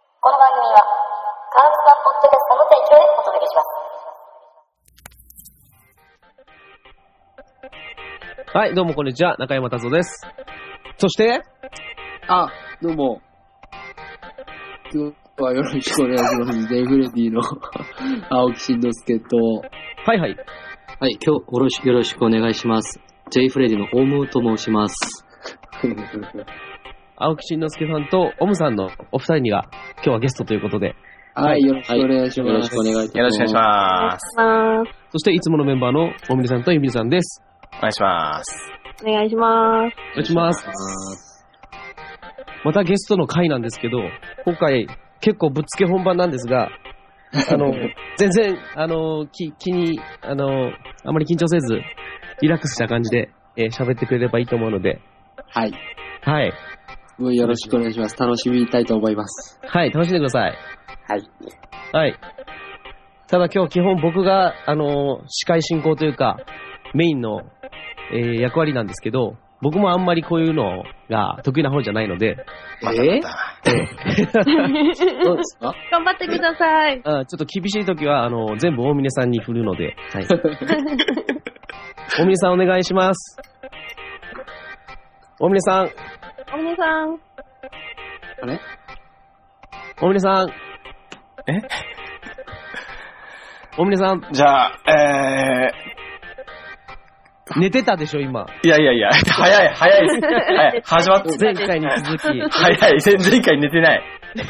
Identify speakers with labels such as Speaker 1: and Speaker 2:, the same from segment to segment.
Speaker 1: には、カーズバポッドキャストの提供でお届けします。
Speaker 2: はい、どうもこんにちは。中山達夫です。そして、
Speaker 3: あ、どうも。今日はよろしくお願いします。デイフレディの 青木慎之介と、
Speaker 2: はいはい。
Speaker 4: はい、今日おろしよろしくお願いします。J フレディのオウムと申します。
Speaker 2: 青木慎之介さんとオムさんのお二人には、今日はゲストということで、
Speaker 3: はい、よろしくお願いし
Speaker 4: よろ
Speaker 3: ま
Speaker 4: し
Speaker 3: す。
Speaker 4: くお願いいたします。
Speaker 5: よろしくお願いし
Speaker 4: す。
Speaker 5: ま
Speaker 2: そしていつものメンバーのもみりさんとゆみりさんです。
Speaker 5: す。お願いします。
Speaker 6: お願いします。
Speaker 2: お願いします。またゲストの回なんですけど、今回結構ぶっつけ本番なんですが、あ の、全然、あの、気、気に、あの、あまり緊張せず、リラックスした感じで、えー喋ってくれればいいと思うので、
Speaker 3: はい。
Speaker 2: はい。
Speaker 3: もうよろしくお願いします。楽しみたいと思います。
Speaker 2: はい、楽しんでください。
Speaker 3: はい。
Speaker 2: はい。ただ今日基本僕が、あのー司会進行というか、メインの、えー役割なんですけど、僕もあんまりこういうのが得意な方じゃないので、
Speaker 3: えー、 どうですか
Speaker 6: 頑張ってください。
Speaker 2: あーちょっと厳しい時は、あのー全部大峰さんに振るので、はい。大峰さんお願いします。大峰さん、
Speaker 6: おねさん。
Speaker 3: あれ
Speaker 2: 大峰さん。
Speaker 5: え
Speaker 2: 大峰さん、
Speaker 5: じゃあ、え
Speaker 2: 寝てたでしょ、今。
Speaker 5: ー、いやいやいや、早い、早いです。早い、始まって、
Speaker 2: 前 回に続き。
Speaker 5: 早い、前前回寝てない。い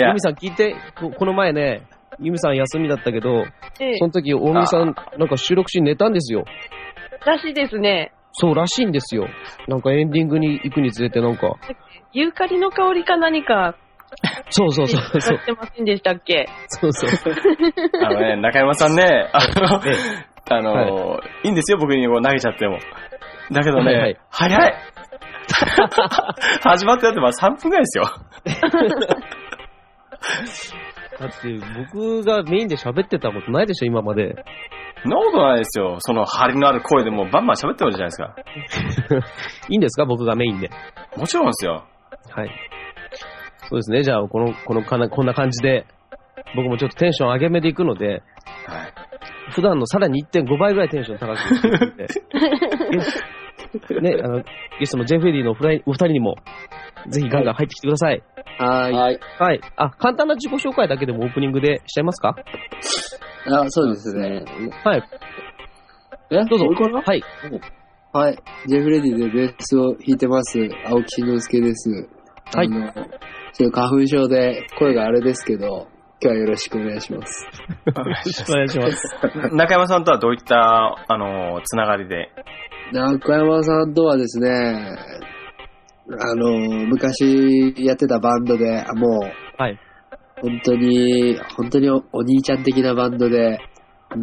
Speaker 2: ユ
Speaker 5: や
Speaker 2: ミ、さん聞いて、ここの前ね、ユミさん休みだったけど、
Speaker 6: ええ
Speaker 2: その時大見さん、なんか収録しに寝たんですよ。
Speaker 6: らしいですね。
Speaker 2: そうらしいんですよ。なんかエンディングに行くにつれてなんか、
Speaker 6: ユーカリの香りか何か、
Speaker 2: そうそうそうそ
Speaker 6: 使
Speaker 2: う
Speaker 6: っ。てませんでしたっけ
Speaker 2: そう そう。
Speaker 5: あのね、中山さんね、あの、
Speaker 2: え
Speaker 5: あのい、いんですよ、僕にこう投げちゃっても。だけど
Speaker 2: は
Speaker 5: ね、
Speaker 2: いはい
Speaker 5: 早い。始まってだってまあ3分ぐらいですよ。
Speaker 2: だって僕がメインで喋ってたことないでしょ、今まで。
Speaker 5: そんなことないですよ。その張りのある声でもうバンバン喋ってるじゃないですか。
Speaker 2: いいんですか僕がメインで。
Speaker 5: もちろんですよ。
Speaker 2: はい。そうですね。じゃあ、この、このかな、こんな感じで、僕もちょっとテンション上げめでいくので、
Speaker 5: はい。
Speaker 2: 普段のさらに1.5倍ぐらいテンション高くしていくんでね、あの、ゲストのジェフェリーのお二人お二人にも、ぜひガンガン入ってきてください。
Speaker 3: はい。はい。
Speaker 2: はい。あ、簡単な自己紹介だけでもオープニングでしちゃいますか
Speaker 3: あ、そうですね。
Speaker 2: はい。
Speaker 3: え
Speaker 2: どうぞ。
Speaker 3: 俺かな
Speaker 2: はい。
Speaker 3: はい。ジェフレディでベースを弾いてます。青木慎之介です。
Speaker 2: はい
Speaker 3: あの、ちょっと花粉症で声があれですけど、今日はよろしくお願いします。
Speaker 2: お願いします。
Speaker 5: 中山さんとはどういった、あの、つながりで。
Speaker 3: 中山さんとはですね、あの、昔やってたバンドで、も
Speaker 2: はい。
Speaker 3: う、本当に、本当におお兄ちゃん的なバンドで、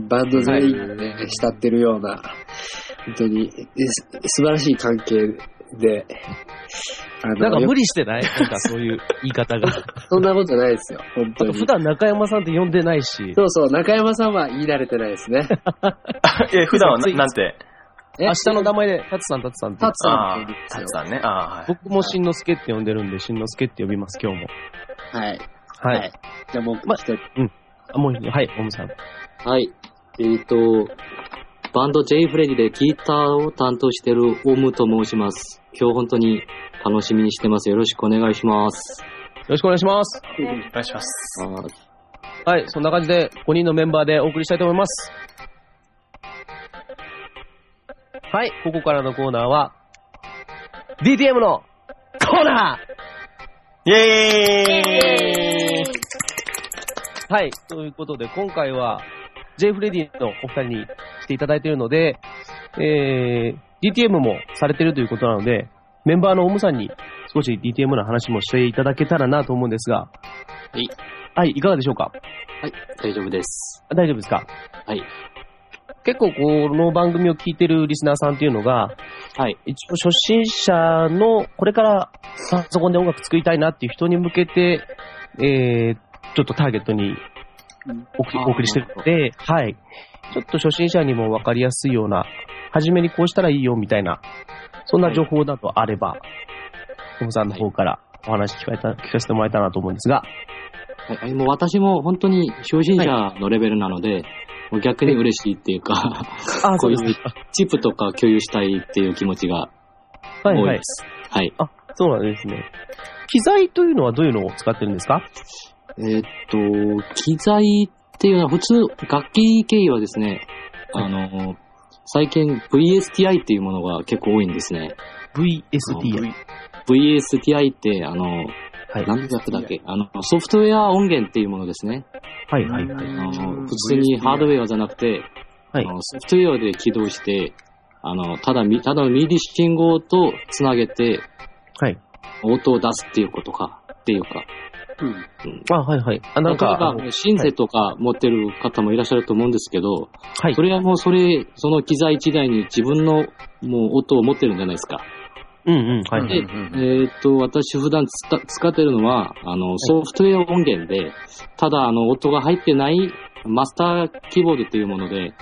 Speaker 3: バンド全員がね、慕ってるような、本当に、す素晴らしい関係で、あ
Speaker 2: なんか
Speaker 3: よ
Speaker 2: 無理してないなんかそういう言い方 が。
Speaker 3: そんなことないですよ、本
Speaker 2: あ
Speaker 3: 当
Speaker 2: と
Speaker 3: に
Speaker 2: 普。段中山さんって呼んでないし、
Speaker 3: そうそう、中山さんは言い慣れてないですね。
Speaker 5: え、普段はななんて、
Speaker 3: え
Speaker 2: 明日の名前で、タツさんタツさんって
Speaker 3: タ。ツさ
Speaker 5: あ
Speaker 3: ん
Speaker 5: あ
Speaker 3: って言うんで、す
Speaker 5: タ
Speaker 3: よ
Speaker 5: ツさんね。ああ、はい。
Speaker 2: 僕もしんのすけって呼んでるんで、しんのすけって呼びます、今日も。
Speaker 3: はい。
Speaker 2: はい。。
Speaker 3: じゃあもう
Speaker 2: ま
Speaker 3: 一人。
Speaker 2: あ、もう一人、はい、オムさん。
Speaker 4: はい、えっ、と、バンド J フレディでギターを担当しているオウムと申します。今日本当に楽しみにしてます。よろしくお願いします。
Speaker 2: よろしくお願いします。
Speaker 5: お願いします。
Speaker 2: はい、そんな感じで5人のメンバーでお送りしたいと思います。はい、ここからのコーナーは、DTM のコーナ
Speaker 5: イエーイ
Speaker 2: ーはい、ということで今回は J フレディのお二人に来ていただいているので、えー、DTM もされているということなので、メンバーのオムさんに少し DTM の話もしていただけたらなと思うんですが、
Speaker 4: い
Speaker 2: はい、いかがでしょうか
Speaker 4: はい、大丈夫です。
Speaker 2: 大丈夫ですか
Speaker 4: はい。
Speaker 2: 結構この番組を聞いてるリスナーさんっていうのが、
Speaker 4: はい。
Speaker 2: 一応初心者の、これからパソコンで音楽作りたいなっていう人に向けて、えー、ちょっとターゲットにお送り
Speaker 4: あー
Speaker 2: お送りしてるので、はい。ちょっと初心者にもわかりやすいような、初めにこうしたらいいよみたいな、そんな情報だとあれば、トムさんの方からお話聞かれた聞かせてもらえたらなと思うんですが、
Speaker 4: はい、もう私も本当に初心者のレベルなので、もう逆に嬉しいっていうか、
Speaker 2: あ
Speaker 4: こういうチップとか共有したいっていう気持ちが多
Speaker 2: はいいはい。
Speaker 4: です。はい。
Speaker 2: あ、そうなんですね。機材というのはどういうのを使ってるんですか
Speaker 4: えーっと、機材っていうのは普通、楽器経由はですね、あの、最近 VSTI っていうものが結構多いんですね。
Speaker 2: ?VSTI。
Speaker 4: VSTI って、あの、
Speaker 2: はい。
Speaker 4: 何だったっけあの、ソフトウェア音源っていうものですね。
Speaker 2: はいはいはい。
Speaker 4: あの普通にハードウェアじゃなくて、
Speaker 2: はい
Speaker 4: あのソフトウェアで起動して、あの、ただみ、ただの MIDI 信号とつなげて、
Speaker 2: はい。
Speaker 4: 音を出すっていうことか、っていうか。
Speaker 2: あ、はいはい。あ、なんか、あの
Speaker 4: 例えば、シンセとか持ってる方もいらっしゃると思うんですけど、
Speaker 2: はい
Speaker 4: そ。れはもうそれ、その機材一台に自分のもう音を持ってるんじゃないですか。
Speaker 2: うんうん。はい。
Speaker 4: で、えーっと、私普段つた使ってるのは、あの、ソフトウェア音源で、ただあの、音が入ってないマスターキーボードというもので、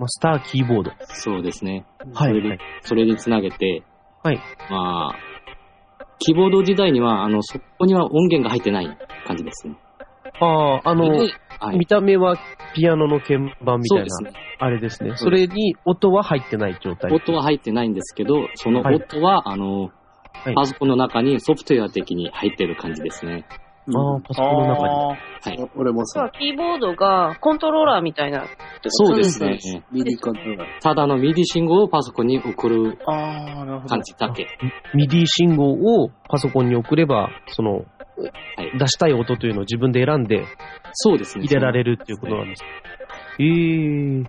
Speaker 2: マスターキーボード。
Speaker 4: そうですね。
Speaker 2: はい
Speaker 4: それで、
Speaker 2: はい
Speaker 4: それにつなげて、
Speaker 2: はい。
Speaker 4: まあ、キーボード時代には、あの、そこには音源が入ってない感じですね。
Speaker 2: ああ、あ
Speaker 4: それ
Speaker 2: の
Speaker 4: で、はい
Speaker 2: 見た目はピアノの鍵盤み
Speaker 4: そ
Speaker 2: たい
Speaker 4: うです
Speaker 2: な、
Speaker 4: ね。
Speaker 2: あれですね。
Speaker 4: そ
Speaker 2: そうれ
Speaker 4: で
Speaker 2: に音は入ってない状態。
Speaker 4: 音は入ってないんですけど、その音は、あの、
Speaker 2: い
Speaker 4: パソコンの中にソフトウェア的に入ってる感じですね。
Speaker 2: ああ、パソコンの中に。
Speaker 5: あ
Speaker 4: はい。
Speaker 3: 俺もそう。
Speaker 6: キーボードがコントローラーみたいな。
Speaker 4: そうですね。
Speaker 3: ミニコントローラー。
Speaker 4: ただの MIDI 信号をパソコンに送
Speaker 5: ー
Speaker 4: る
Speaker 5: あー、なるほど
Speaker 4: 感。じだけ。
Speaker 2: ミディ信号をパソコンに送れば、その、
Speaker 4: い
Speaker 2: 出したい音というのを自分で選んで
Speaker 4: そうですね。
Speaker 2: 入れられるっていうことなんです。えー、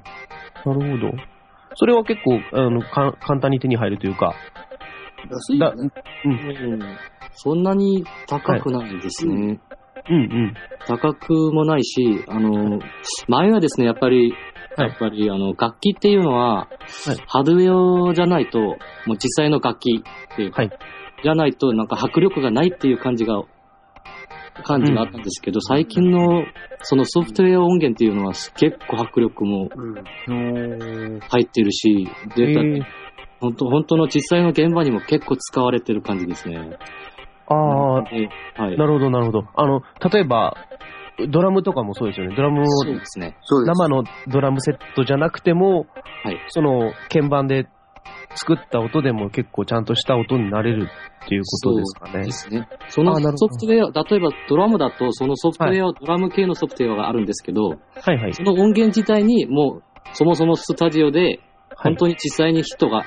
Speaker 2: なるほど。それは結構、あの、か簡単に手に入るというか、
Speaker 3: 安いよね。
Speaker 4: うんそんなに高くないですね。
Speaker 2: うんうん。
Speaker 4: 高くもないし、あの、前はですね、やっぱり、
Speaker 2: は
Speaker 4: や
Speaker 2: い
Speaker 4: っぱり、あの、楽器っていうのは、
Speaker 2: い
Speaker 4: ハードウェアじゃないと、もう実際の楽器っていうか、
Speaker 2: はい
Speaker 4: じゃないと、なんか迫力がないっていう感じが、感じがあったんですけど、最近の、そのソフトウェア音源っていうのは結構迫力も
Speaker 3: うん。
Speaker 4: 入ってるし、
Speaker 2: え
Speaker 4: で、
Speaker 2: ー、
Speaker 4: 本当本当の実際の現場にも結構使われてる感じですね。
Speaker 2: ああ、
Speaker 4: ではい。
Speaker 2: なるほど、なるほど。あの、例えば、ドラムとかもそうですよね。ドラムを
Speaker 4: そうですね。
Speaker 3: そうです。
Speaker 2: 生のドラムセットじゃなくても、
Speaker 4: はい
Speaker 2: その鍵盤で作った音でも結構ちゃんとした音になれるっていうことですかね
Speaker 4: で。すね。そ
Speaker 2: あ
Speaker 4: の
Speaker 2: ーなるほ
Speaker 4: ソ
Speaker 2: ど
Speaker 4: フトウェア、例えばドラムだと、そのソフトウェア、ドラム系のソフトウェアがあるんですけど、
Speaker 2: はいはい。
Speaker 4: その音源自体にもう、そもそもスタジオで、
Speaker 2: はい
Speaker 4: 本当に実際に人が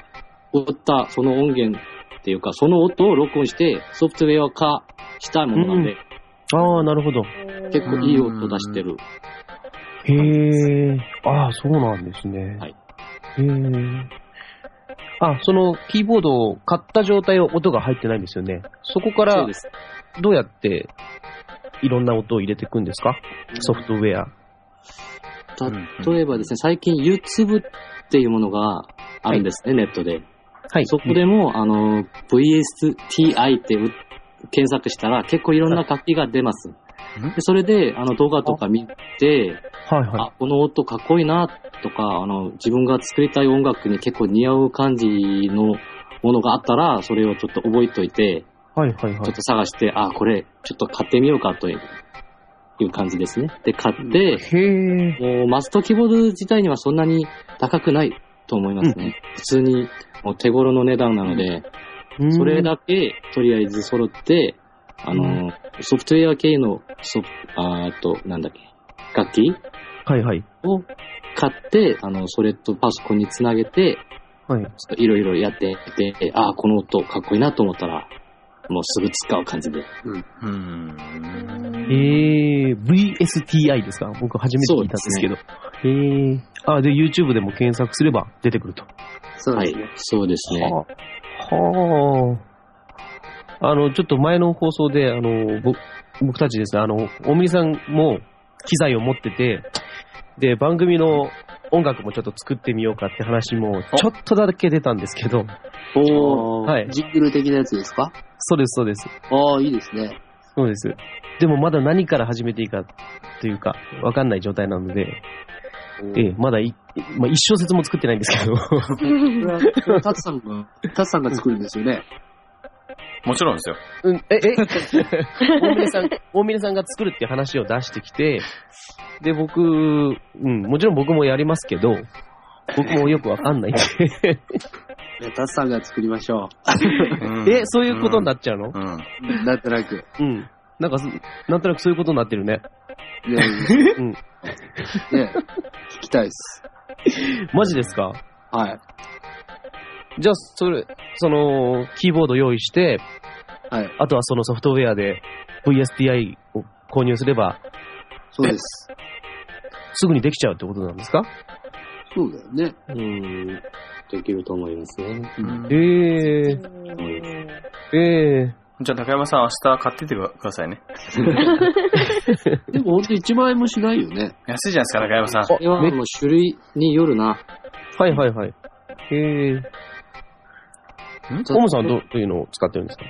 Speaker 4: 打ったその音源っていうか、その音を録音して、ソフトウェア化したものなんで、
Speaker 2: ああ、なるほど。
Speaker 4: 結構いい音出してる。
Speaker 2: へえ。ああ、そうなんですね。
Speaker 4: はい
Speaker 2: へえ。あ、そのキーボードを買った状態は音が入ってないんですよね。そこか
Speaker 4: そう
Speaker 2: ら
Speaker 4: です。
Speaker 2: どうやっていろんな音を入れていくんですかソフトウェア。
Speaker 4: 例えばですね、最近 YouTube っていうものがあるんですね、ネットで。
Speaker 2: はい。
Speaker 4: そこでも、あの、VSTI ってう検索したら結構いろんな楽器が出ます。でそれで、あの、動画とか見て、
Speaker 2: はいはい。
Speaker 4: あ、この音かっこいいな、とか、あの、自分が作りたい音楽に結構似合う感じのものがあったら、それをちょっと覚えておいて、
Speaker 2: はいはいは
Speaker 4: ち
Speaker 2: い
Speaker 4: ょっ。と探して、あ、これ、ちょっと買ってみようかといういう感じですね。で、買って、
Speaker 2: へえ。
Speaker 4: もうマストキーボード自体にはそんなに高くないと思いますね。普通にもう手頃の値段なので、
Speaker 2: うん
Speaker 4: それだけとりあえず揃って、あの、ソフトウェア系のソフあーっと、なんだっけ、楽器
Speaker 2: はいはい。
Speaker 4: を買って、あの、それとパソコンにつなげて、
Speaker 2: はい。
Speaker 4: ちょっといろいろやってて、ああ、この音かっこいいなと思ったら、もうすぐ使う感じで。
Speaker 5: うん。
Speaker 2: えー、VSTI ですか僕初めて聞いたんですけど。えー、あ、で、YouTube でも検索すれば出てくると。
Speaker 3: そう
Speaker 4: は
Speaker 3: で
Speaker 4: い
Speaker 3: すね。。
Speaker 4: そうです
Speaker 2: は
Speaker 4: ね。
Speaker 2: あはあ。あの、ちょっと前の放送で、あの、ぼ僕たちですね、あの、大森さんも機材を持ってて、で、番組の音楽もちょっと作ってみようかって話も、ちょっとだけ出たんですけど、
Speaker 3: お
Speaker 2: はい
Speaker 3: ジングル的なやつですか
Speaker 2: そうです、そうです。
Speaker 3: ああ、いいです ね。
Speaker 2: そうです。でもまだ何から始めていいかというか、わかんない状態なので、ええ、まだい、まあ、一小節も作ってないんですけど。
Speaker 3: これは、タツさんが、タツさんが作るんですよね。
Speaker 5: もちろんですよ。
Speaker 2: うん、え、え、 大峰さん、大峰さんが作るっていう話を出してきて、で、僕、うん、もちろん僕もやりますけど、僕もよくわかんないんで。
Speaker 3: ねタツさんが作りましょ
Speaker 5: うん
Speaker 2: え、そういうことになっちゃうの
Speaker 5: うん。うん
Speaker 3: う。なんとな く。
Speaker 2: うん。なんかす、なんとなくそういうことになってるね。
Speaker 3: ね、
Speaker 2: うん
Speaker 3: ね、聞きたいです。
Speaker 2: マジですか
Speaker 3: はい。
Speaker 2: じゃあ、それ、その、キーボード用意して、
Speaker 3: はい。
Speaker 2: あとはそのソフトウェアで VSTI を購入すれば、
Speaker 3: そうです。
Speaker 2: すぐにできちゃうってことなんですか
Speaker 3: そうだよね。
Speaker 4: うん。できると思いますね。
Speaker 2: ええええ
Speaker 5: じゃあ、高山さん、明日買ってってくださいね。
Speaker 3: でもほんと1万円もしないよね。
Speaker 5: 安いじゃないですか、中山さん。
Speaker 4: これはもう種類によるな。
Speaker 2: はいはいはい。ええ
Speaker 5: ん
Speaker 2: オムさんはどどういうのを使ってるんですか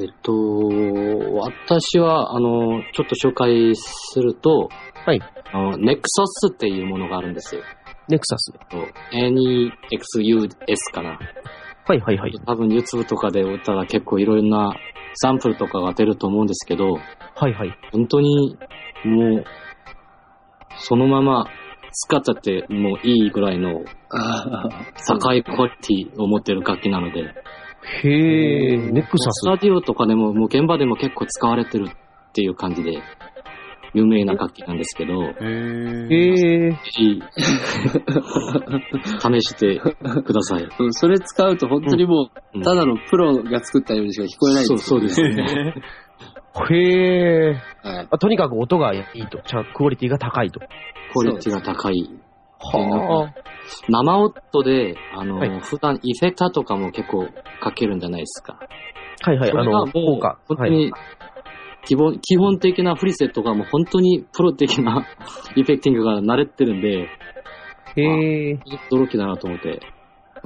Speaker 4: えっと、私は、あの、ちょっと紹介すると、
Speaker 2: はい
Speaker 4: あの。ネクサスっていうものがあるんですよ。
Speaker 2: ネクサス。
Speaker 4: AnyXUS かな。
Speaker 2: はいはいはい。
Speaker 4: 多分 YouTube とかで売ったら結構いろんなサンプルとかが出ると思うんですけど、
Speaker 2: はいはい。
Speaker 4: 本当にもう、そのまま使っちゃってもういいぐらいの
Speaker 3: あ
Speaker 4: 高いクオリティを持ってる楽器なので、
Speaker 2: へえ、ネクサス
Speaker 4: ス。タジオとかでももう現場でも結構使われてるっていう感じで、有名な楽器なんですけど、ぜ
Speaker 5: へー
Speaker 2: へえ、
Speaker 4: ひ試してください。
Speaker 3: あ。それ使うと本当にも
Speaker 4: うん
Speaker 3: う、ただのプロが作ったようにしか聞こえないん
Speaker 4: そう
Speaker 3: ですよ
Speaker 4: そうですね。
Speaker 2: へえ。
Speaker 3: はい。
Speaker 2: あとにかく音がいいと。ちゃんクオリティが高いと。
Speaker 4: クオリティが高い。
Speaker 2: は
Speaker 4: 生音で、あの、
Speaker 2: はい
Speaker 4: 普段イフェクターとかも結構かけるんじゃないですか。
Speaker 2: あ。はいはい、
Speaker 4: そ
Speaker 2: あ
Speaker 4: れが
Speaker 2: の、
Speaker 4: もう
Speaker 2: 効果。
Speaker 4: 本当
Speaker 2: はい。
Speaker 4: に、基本、基本的なフリセットがもう本当にプロ的な イフェクティングが慣れてるんで、
Speaker 2: へえ。
Speaker 4: 驚きだなと思って、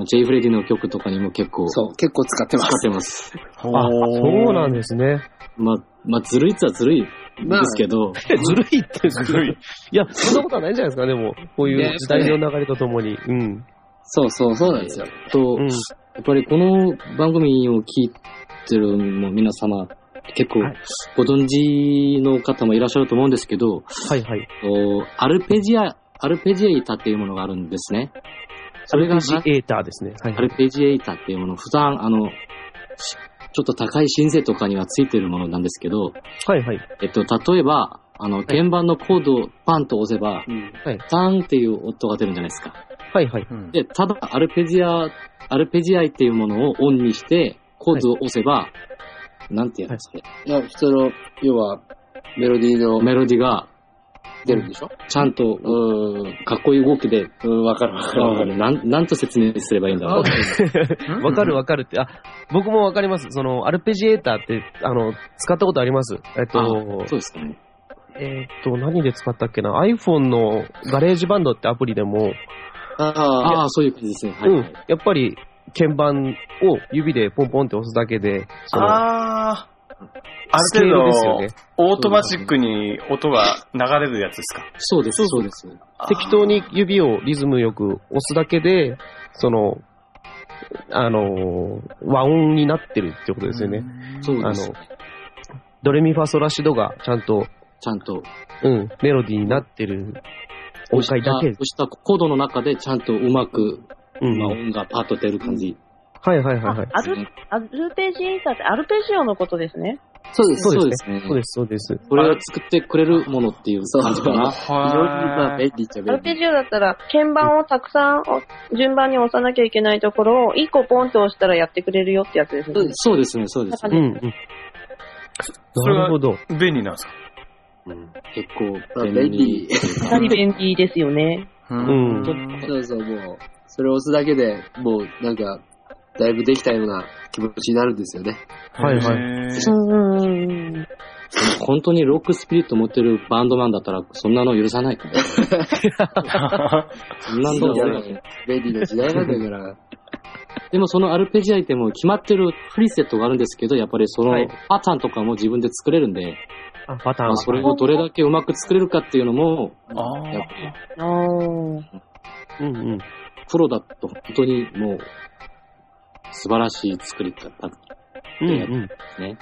Speaker 4: J フレディの曲とかにも結構使
Speaker 3: そう、結構使ってま
Speaker 4: っ
Speaker 3: す。
Speaker 4: てます。
Speaker 5: ほ
Speaker 2: あ、そうなんですね。
Speaker 4: まあ、まあ、ずるいっちゃずるいんですけど、
Speaker 2: ずるいって。
Speaker 5: ずるい。
Speaker 2: いや、そんなことはないんじゃないですか、でも。こういう時代の流れとともに。うん。
Speaker 3: そうそう、そうなんですよ。
Speaker 4: えっと、
Speaker 2: うん
Speaker 4: やっぱりこの番組を聞いてるもう皆様、結構
Speaker 2: はい
Speaker 4: ご存知の方もいらっしゃると思うんですけど、
Speaker 2: はいはい。
Speaker 4: おアルペジア、アルペジエイタっていうものがあるんですね。それが
Speaker 2: アルペジエーターですね。はい
Speaker 4: アルペジエイタっていうもの、普段あの、しちょっと高いシンセとかにはついてるものなんですけど、
Speaker 2: はいはい。
Speaker 4: えっと、例えば、あの、鍵盤のコードをパンと押せば、
Speaker 2: はい
Speaker 4: ターンっていう音が出るんじゃないですか。
Speaker 2: はいはい。
Speaker 5: うん
Speaker 4: で、ただ、アルペジア、アルペジアイっていうものをオンにして、コードを押せば、なんていうのそれ、
Speaker 3: いや、人の、要は、メロディーの
Speaker 4: メロディが、
Speaker 3: 出るんでしょ
Speaker 4: ちゃんと、うん、かっこいい動きで、
Speaker 3: うん、わかるわかるわかる。
Speaker 4: なん、なんと説明すればいいんだろう。
Speaker 5: うん
Speaker 2: わかるわかるって、あ、僕もわかります。その、アルペジエーターって、あの、使ったことあります。えっと
Speaker 4: あ、そうですかね。
Speaker 2: えっと、何で使ったっけな ?iPhone のガレージバンドってアプリでも、
Speaker 3: ああ、
Speaker 4: ああ、そういう感じですね。はい、
Speaker 2: う
Speaker 4: はい
Speaker 2: ん。やっぱり、鍵盤を指でポンポンって押すだけで、その、
Speaker 5: ああ。あ
Speaker 2: スケー
Speaker 5: る
Speaker 2: ルで
Speaker 5: 程
Speaker 2: すよ
Speaker 5: 度
Speaker 2: ね、。
Speaker 5: オートマチックに音が流れるやつですか。
Speaker 4: そうです、そうです。
Speaker 2: 適当に指をリズムよく押すだけで、その、あの、和音になってるってことですよね。
Speaker 4: そう
Speaker 2: あ
Speaker 4: で
Speaker 2: の
Speaker 4: す。、
Speaker 2: ドレミファソラシドがちゃんと、
Speaker 4: ちゃんと、
Speaker 2: うん、メロディーになってる音階だけ。
Speaker 4: 押したコードの中でちゃんとうまく、
Speaker 2: うん。
Speaker 4: まあ、
Speaker 2: はい
Speaker 4: 音がパッと出る感じ。
Speaker 2: はいはいはい。
Speaker 6: アルアルペジエーターってアルペジオのことですね。
Speaker 3: そうです。
Speaker 2: そう
Speaker 4: そう
Speaker 2: で
Speaker 4: ですす
Speaker 2: ね
Speaker 4: ね。
Speaker 2: そうです、そうです。
Speaker 4: これを作ってくれるものっていう感じかな。
Speaker 3: 非常に、
Speaker 5: は
Speaker 3: まあ、
Speaker 5: い。
Speaker 3: 便利っちゃ
Speaker 6: ア
Speaker 3: 便
Speaker 6: ルペ
Speaker 3: 利。
Speaker 6: ジオだったら、鍵盤をたくさんお順番に押さなきゃいけないところを、1個ポンと押したらやってくれるよってやつですね。
Speaker 4: そうそうですね、そうです
Speaker 2: う
Speaker 4: ね。
Speaker 2: ん、うん。なるほど。
Speaker 5: 便利なんですか。
Speaker 4: うん結構
Speaker 3: まあ
Speaker 4: 便
Speaker 3: 便
Speaker 4: 利
Speaker 3: 利。。
Speaker 6: かなり便利ですよね。
Speaker 5: うん
Speaker 3: そうそう、もう、それを押すだけでもう、なんか、だいぶできたような気持ちになるんですよね。
Speaker 2: はい はい
Speaker 5: い。
Speaker 6: うんうんうん。
Speaker 4: 本当にロックスピリット持ってるバンドマンだったら、そんなの許さないかも。そんなの
Speaker 3: そうだね
Speaker 4: 俺ら
Speaker 3: 便利な時代なんだから。
Speaker 4: でもそのアルペジアイってもう決まってるフリーセットがあるんですけど、やっぱりそ
Speaker 2: は
Speaker 4: の
Speaker 2: い
Speaker 4: パターンとかも自分で作れるんで、
Speaker 2: あ、パターン
Speaker 4: まあ
Speaker 2: は。
Speaker 4: それをどれだけうまく作れるかっていうのも、
Speaker 5: あ
Speaker 4: やっぱ
Speaker 5: ー
Speaker 4: り
Speaker 6: あー
Speaker 2: うんうん。
Speaker 4: プロだと本当にもう、素晴らしい作り方
Speaker 2: うんうん。
Speaker 4: ね。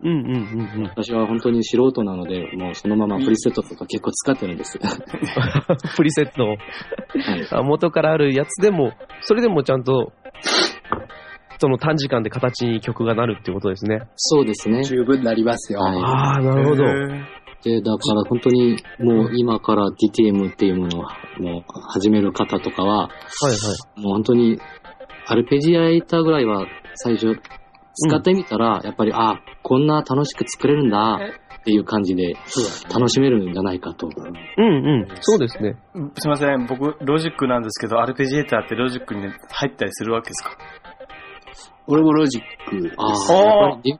Speaker 2: うんうんうんうん。
Speaker 4: 私は本当に素人なので、もうそのままプリセットとか結構使ってるんです。は
Speaker 2: プリセットを
Speaker 4: い。
Speaker 2: あ元からあるやつでも、それでもちゃんと、その短時間で形に曲がなるってことですね。
Speaker 4: そうですね。
Speaker 3: 十分なりますよ。
Speaker 4: はい
Speaker 2: ああ、なるほど。
Speaker 4: で、だから本当にもう今から DTM っていうものをもう始める方とかは、
Speaker 2: はい
Speaker 4: もう本当にアルペジアイターぐらいは最初使ってみたら、やっぱり、あ、こんな楽しく作れるんだっていう感じで楽しめるんじゃないかと。
Speaker 2: はい。うんうん。そうですね。
Speaker 5: すいません、僕、ロジックなんですけど、アルペジエーターってロジックに入ったりするわけですか
Speaker 3: 俺もロジック。
Speaker 4: ああ、
Speaker 5: おー
Speaker 4: やっぱり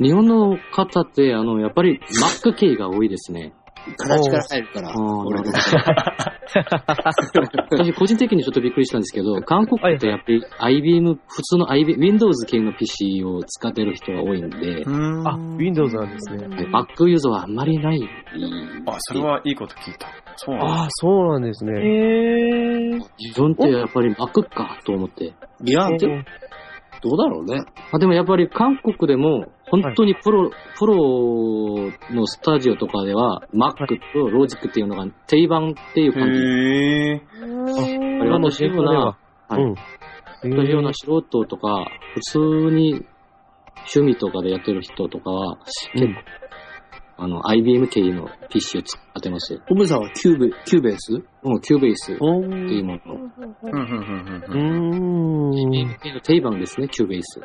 Speaker 4: に日本の方って、あの、やっぱり Mac 系が多いですね。
Speaker 3: 形から入るから、
Speaker 4: おー
Speaker 3: 俺の。
Speaker 4: 私個人的にちょっとびっくりしたんですけど、韓国ってやっぱり IBM、普通の IBM、Windows 系の PC を使ってる人が多いんで、
Speaker 2: あ、Windows なんですね。
Speaker 4: はい Mac ユーザーはあんまりない。
Speaker 5: あ、それはいいこと聞いた。そうなんだ。
Speaker 2: ああ、そうなんです
Speaker 6: へ
Speaker 2: ね。
Speaker 6: え。
Speaker 4: 自分ってやっぱり Mac かと思って。
Speaker 3: いや、でも、どうだろうね。
Speaker 4: まあ、でもやっぱり韓国でも、本当にプロ、プロのスタジオとかでは、Mac と Logic っていうのが定番っていう感じ。
Speaker 5: へえ。
Speaker 4: これ
Speaker 2: 今の
Speaker 4: 私
Speaker 2: 仕
Speaker 4: よう
Speaker 2: 事では
Speaker 4: な、。はい
Speaker 2: うん。
Speaker 4: 私よう
Speaker 2: え
Speaker 4: な
Speaker 2: ー
Speaker 4: 素人とか、普通に趣味とかでやってる人とかは、
Speaker 2: う
Speaker 4: 結
Speaker 2: ん
Speaker 4: 構、あの、IBM 系の PC を使ってますよ。
Speaker 3: コムさんはキューベ、キューベース
Speaker 4: もうキューベースって
Speaker 2: お
Speaker 4: いう
Speaker 2: ー
Speaker 4: もの。
Speaker 5: うんうんうん
Speaker 2: う
Speaker 5: うんうん。
Speaker 2: ーん。
Speaker 4: IBM 系の定番ですね、キューベース。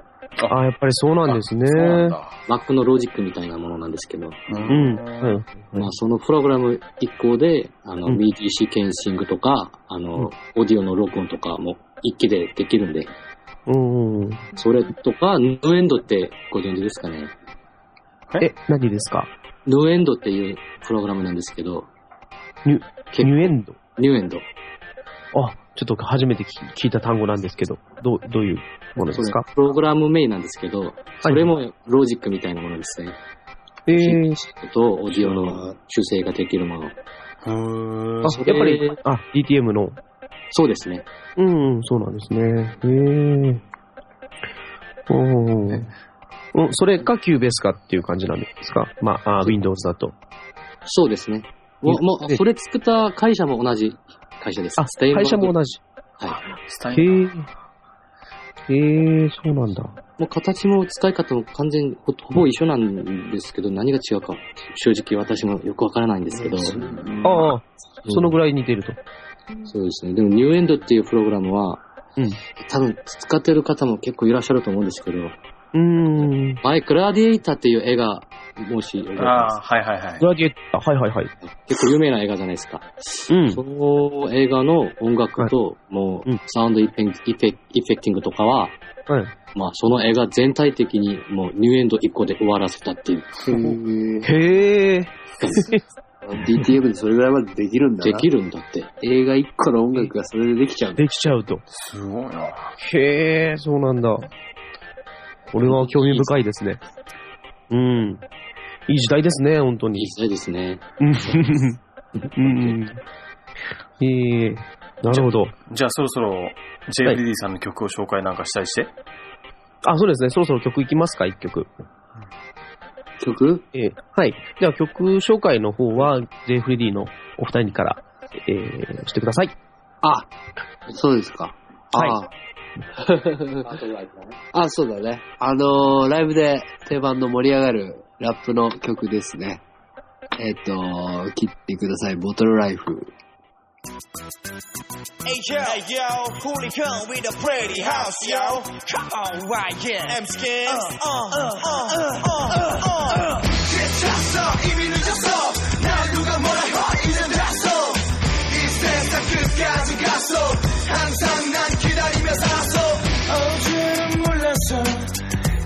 Speaker 2: ああ、やっぱりそうなんですね。
Speaker 5: そうなん
Speaker 2: う。
Speaker 5: だ。
Speaker 4: Mac のロジックみたいなものなんですけど、
Speaker 5: うん
Speaker 2: はい
Speaker 4: まあ、そのプログラム一個で、あの、
Speaker 2: うん
Speaker 4: MIDI シーケンシングとか、あの、オディオの録音とかも一気でできるんで、
Speaker 2: うんうん。
Speaker 4: それとか、ヌーエンドってご存知ですかね。
Speaker 2: え、何ですか
Speaker 4: ヌーエンドっていうプログラムなんですけど、
Speaker 2: ニュ
Speaker 4: け
Speaker 2: ニュエンド
Speaker 4: ニューエンド。
Speaker 2: あ、ちょっと初めて聞聞いた単語なんですけど、どう、どういうものですか
Speaker 4: それプログラム名なんですけど、それもロジックみたいなものですね。
Speaker 2: え
Speaker 4: シーケ
Speaker 2: ー
Speaker 4: ンシングとオディオの修正ができるもの。
Speaker 5: へー
Speaker 2: あ
Speaker 4: そ、れ
Speaker 2: やっぱり、あ、DTM の。
Speaker 4: そうですね。
Speaker 2: うん、うん、そうなんですね。へえー。おーうん、それかキューベースかっていう感じなんですかまあ、あ Windows だと。
Speaker 4: そうですね。もう、も
Speaker 2: え
Speaker 4: う、それ作った会社も同じ会社です。
Speaker 2: あ、
Speaker 4: ステインバ
Speaker 2: 会
Speaker 4: ーグ
Speaker 2: 社も同じ。
Speaker 4: はい。
Speaker 5: スタ
Speaker 2: へ
Speaker 5: イ
Speaker 2: え
Speaker 5: ル
Speaker 2: ー。へえー、そうなんだ。
Speaker 4: もう形も使い方も完全にほほぼ一緒なんですけど、何が違うか、正直私もよくわからないんですけど。
Speaker 2: ああ、そのぐ
Speaker 4: ら
Speaker 2: ら
Speaker 4: い。
Speaker 2: い似てると。
Speaker 4: そうですね。でも、ニューエンドっていうプログラムは、
Speaker 2: うん
Speaker 4: 多分使ってる方も結構いらっしゃると思うんですけど、
Speaker 2: うーん。
Speaker 4: 前、グラディエイターっていう映画、もし覚えて
Speaker 5: ああ、
Speaker 4: ま
Speaker 5: はいはいはい
Speaker 2: グ。ラディエッタ、はいはいはい。
Speaker 4: すか結構有名な映画じゃないですか。
Speaker 2: うん。
Speaker 4: その映画の音楽と、もう
Speaker 2: うん、
Speaker 4: サウンドイフェンイフェイフェクティングとかは、
Speaker 2: はい
Speaker 4: まあ、その映画全体的にもうニューエンド1個で終わらせたっていう。
Speaker 2: へえ。
Speaker 3: DTM でそれぐらいまでできるんだ
Speaker 4: で
Speaker 3: な。
Speaker 4: きるんだって。
Speaker 3: 映画一個の音楽がそれでできちゃうんだ。
Speaker 2: できちゃうと。
Speaker 5: すごいな。
Speaker 2: へえ、そうなんだ。これは興味深いですね。うん。いい時代ですね、本当
Speaker 4: いい
Speaker 2: に。
Speaker 4: 時代ですね。
Speaker 2: うん。うんうん。ええなるほど。
Speaker 5: じゃあそろそろ JFD さんの曲を紹介なんかしたりして。
Speaker 2: あ、そうですね。そろそろ曲いきますか、一曲。
Speaker 3: 曲
Speaker 2: えーはい。では曲紹介の方は、j フレディのお二人から、えーしてください。
Speaker 3: あ、そうですか。
Speaker 2: はい
Speaker 3: あーあ、そうだね。あのーライブで定番の盛り上がるラップの曲ですね。えっ、と、切ってください。ボトルライフ。
Speaker 7: Hey yo, hey yo, hooligan with a pretty house, yo. Come on, right here. M skin. Uh, uh, uh, uh, uh, uh. 지쳤어, 이미 늦었어. 날 누가 뭐라 해, 이젠 다써. 이 세상 끝까지 갔어. 항상 난 기다리며 살았어. 어제는 몰랐어.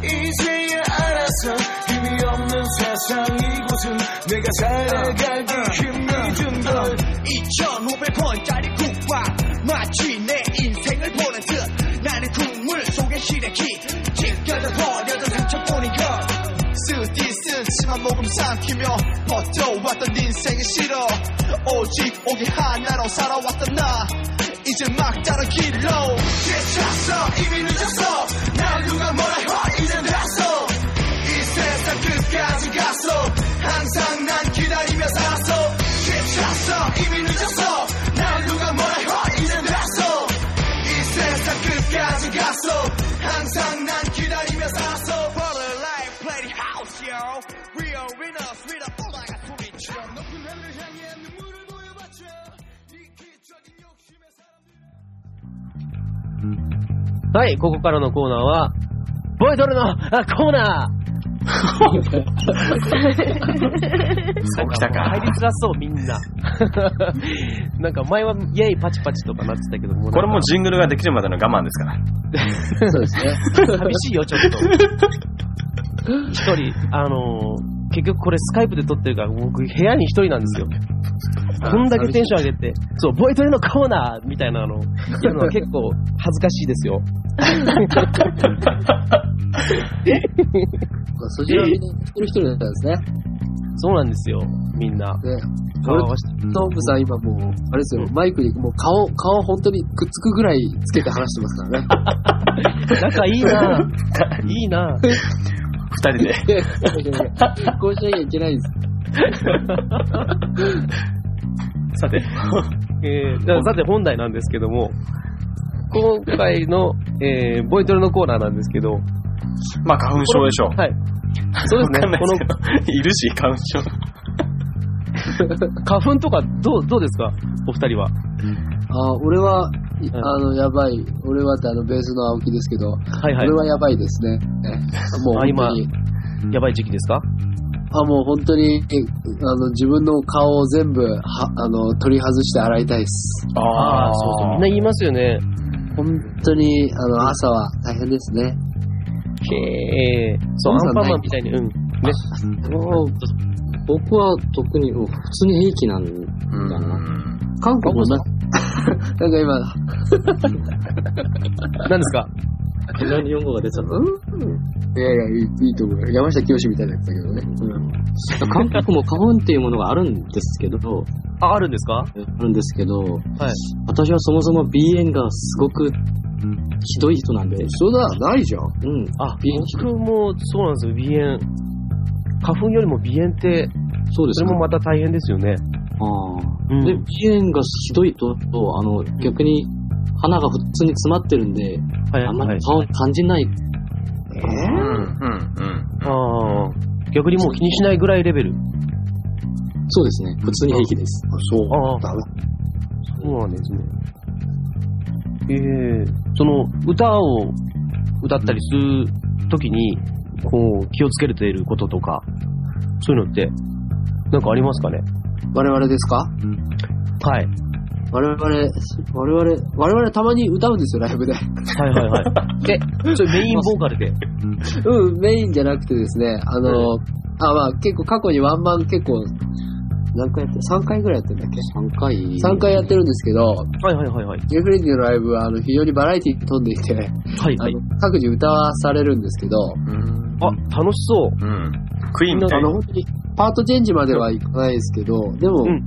Speaker 7: 이제야 알았어 힘이 없는 세상 이곳은 내가 살아가기 힘이 든걸 2500원짜리 어. 국밥 마치 내 인생을 보는 듯 나는 국물 속에 시래기 찢겨져 버려진 상처뿐인 것 쓰디 쓴침한 모금 삼키며 버텨왔던 인생이 싫어 오직 오기 하나로 살아왔던 나 이제 막 따라 길로 지쳤어 이미 늦었어 날 누가 뭐라 해 이젠 됐어
Speaker 2: はい、ここからのコーナーは、ボイドルのあコーナー
Speaker 5: そう来た
Speaker 2: 入
Speaker 5: か
Speaker 2: り。づらそう、みん な。なんか前は、イェイパチパチとかなってたけども、
Speaker 5: これもうジングルができるまでの我慢ですから。
Speaker 3: そうですね。
Speaker 2: 寂しいよ、ちょっと。一人、あのー結局これスカイプで撮ってるから、僕部屋に一人なんですよ。こんだけテンション上げて、そう、ボイトレのコーナーみたいなの、やるのは結構恥ずかしいですよ。
Speaker 3: まあそちらはみんな一人一人だったんですね。
Speaker 2: そうなんですよ、みんな。
Speaker 3: ね。
Speaker 2: 顔
Speaker 3: 俺
Speaker 2: 合わせて
Speaker 3: トンプさん今もう、あれですよ、マイクにもう顔、顔本当にくっつくぐらいつけて話してます からね。
Speaker 2: 仲いい ないいな
Speaker 5: 二人で。
Speaker 3: こうしなきゃいけないんです。
Speaker 5: さて、
Speaker 2: えー、ださて本題なんですけども、今回の、えー、ボイトレのコーナーなんですけど、
Speaker 5: まあ花粉症でしょ う。
Speaker 2: はい。そうですね、
Speaker 5: わかんない
Speaker 2: こ
Speaker 5: です
Speaker 2: の
Speaker 5: けどいるし、花粉症。
Speaker 2: 花粉とかどう、どうですかお二人は。
Speaker 3: あ、俺は、い
Speaker 2: ん
Speaker 3: あの、やばい。俺はってあの、ベースの青木ですけど、
Speaker 2: はいはい
Speaker 3: 俺。はやばいです ね。ねもう
Speaker 2: あ
Speaker 3: 本
Speaker 2: 今
Speaker 3: 当に、
Speaker 2: やばい時期ですか
Speaker 3: あ、もう本当に、えあの、自分の顔を全部、は、あの、取り外して洗いたいです。
Speaker 5: あ
Speaker 2: そうそう。みんな言いますよね。
Speaker 3: 本当に、あの、朝は大変ですね。
Speaker 2: へえ。そう、
Speaker 3: そ
Speaker 2: アンパ
Speaker 3: うじゃな
Speaker 2: ン
Speaker 3: い
Speaker 2: マンみたいに、うん。ね。
Speaker 4: 僕は特に、うん普通に平気なんだな。韓国もな、
Speaker 3: なん か今、
Speaker 2: 何ですか
Speaker 4: 何日本語が出ちゃった。
Speaker 3: いやいや、いいいいと思うよ。山下清みたいなやつだけどね。
Speaker 4: 韓国も花粉っていうものがあるんですけど、
Speaker 2: あ、あるんですか
Speaker 4: あるんですけど、
Speaker 2: はい。
Speaker 4: 私はそもそも鼻炎がすごくひどい人なんで、
Speaker 3: そうだ、ないじゃん。
Speaker 4: うん。
Speaker 2: あ、
Speaker 4: 鼻
Speaker 2: 僕もそうなんですよ、鼻炎。花粉よりも鼻炎って、
Speaker 4: そうです
Speaker 2: それ
Speaker 4: か
Speaker 2: も。また大変ですよね。
Speaker 4: ああ
Speaker 2: うん
Speaker 4: で、鼻炎がひどいと、あの、逆に鼻が普通に詰まってるんで、
Speaker 2: はい
Speaker 4: あんま
Speaker 2: は
Speaker 4: り
Speaker 2: い。
Speaker 4: 顔感じない。
Speaker 5: うん、うん、うん。
Speaker 2: ああ。逆にもう気にしないぐらいレベル。
Speaker 4: そうですね。普通に平気です。
Speaker 3: そう。
Speaker 2: ああ、
Speaker 3: ダメ。
Speaker 2: そうなんですね。ええその、歌を歌ったりするときに、こう、気をつけていることとか、そういうのって、なんかありますかね
Speaker 3: 我々ですか
Speaker 2: はい。
Speaker 3: 我々、我々、我々たまに歌うんですよ、ライブで。
Speaker 2: はいはいはい。 え、それメインボーカルで。
Speaker 3: うん、メインじゃなくてですね、あの、あ、まあ結構過去にワンマン結構、何回やって、3回ぐらいやってるんだっけ
Speaker 4: 3回。
Speaker 3: 3回やってるんですけど、
Speaker 2: はいはいはいはい。
Speaker 3: ジェフレディのライブはあの非常にバラエティに富んでいて、
Speaker 2: はい
Speaker 3: あ
Speaker 2: はい。
Speaker 3: の各自歌わされるんですけど、
Speaker 2: あ、楽しそう。
Speaker 5: うん。クイーンみた
Speaker 3: あ
Speaker 5: い
Speaker 3: の
Speaker 5: な。
Speaker 3: 本当にパートチェンジまではいかないですけど、でも、
Speaker 2: うん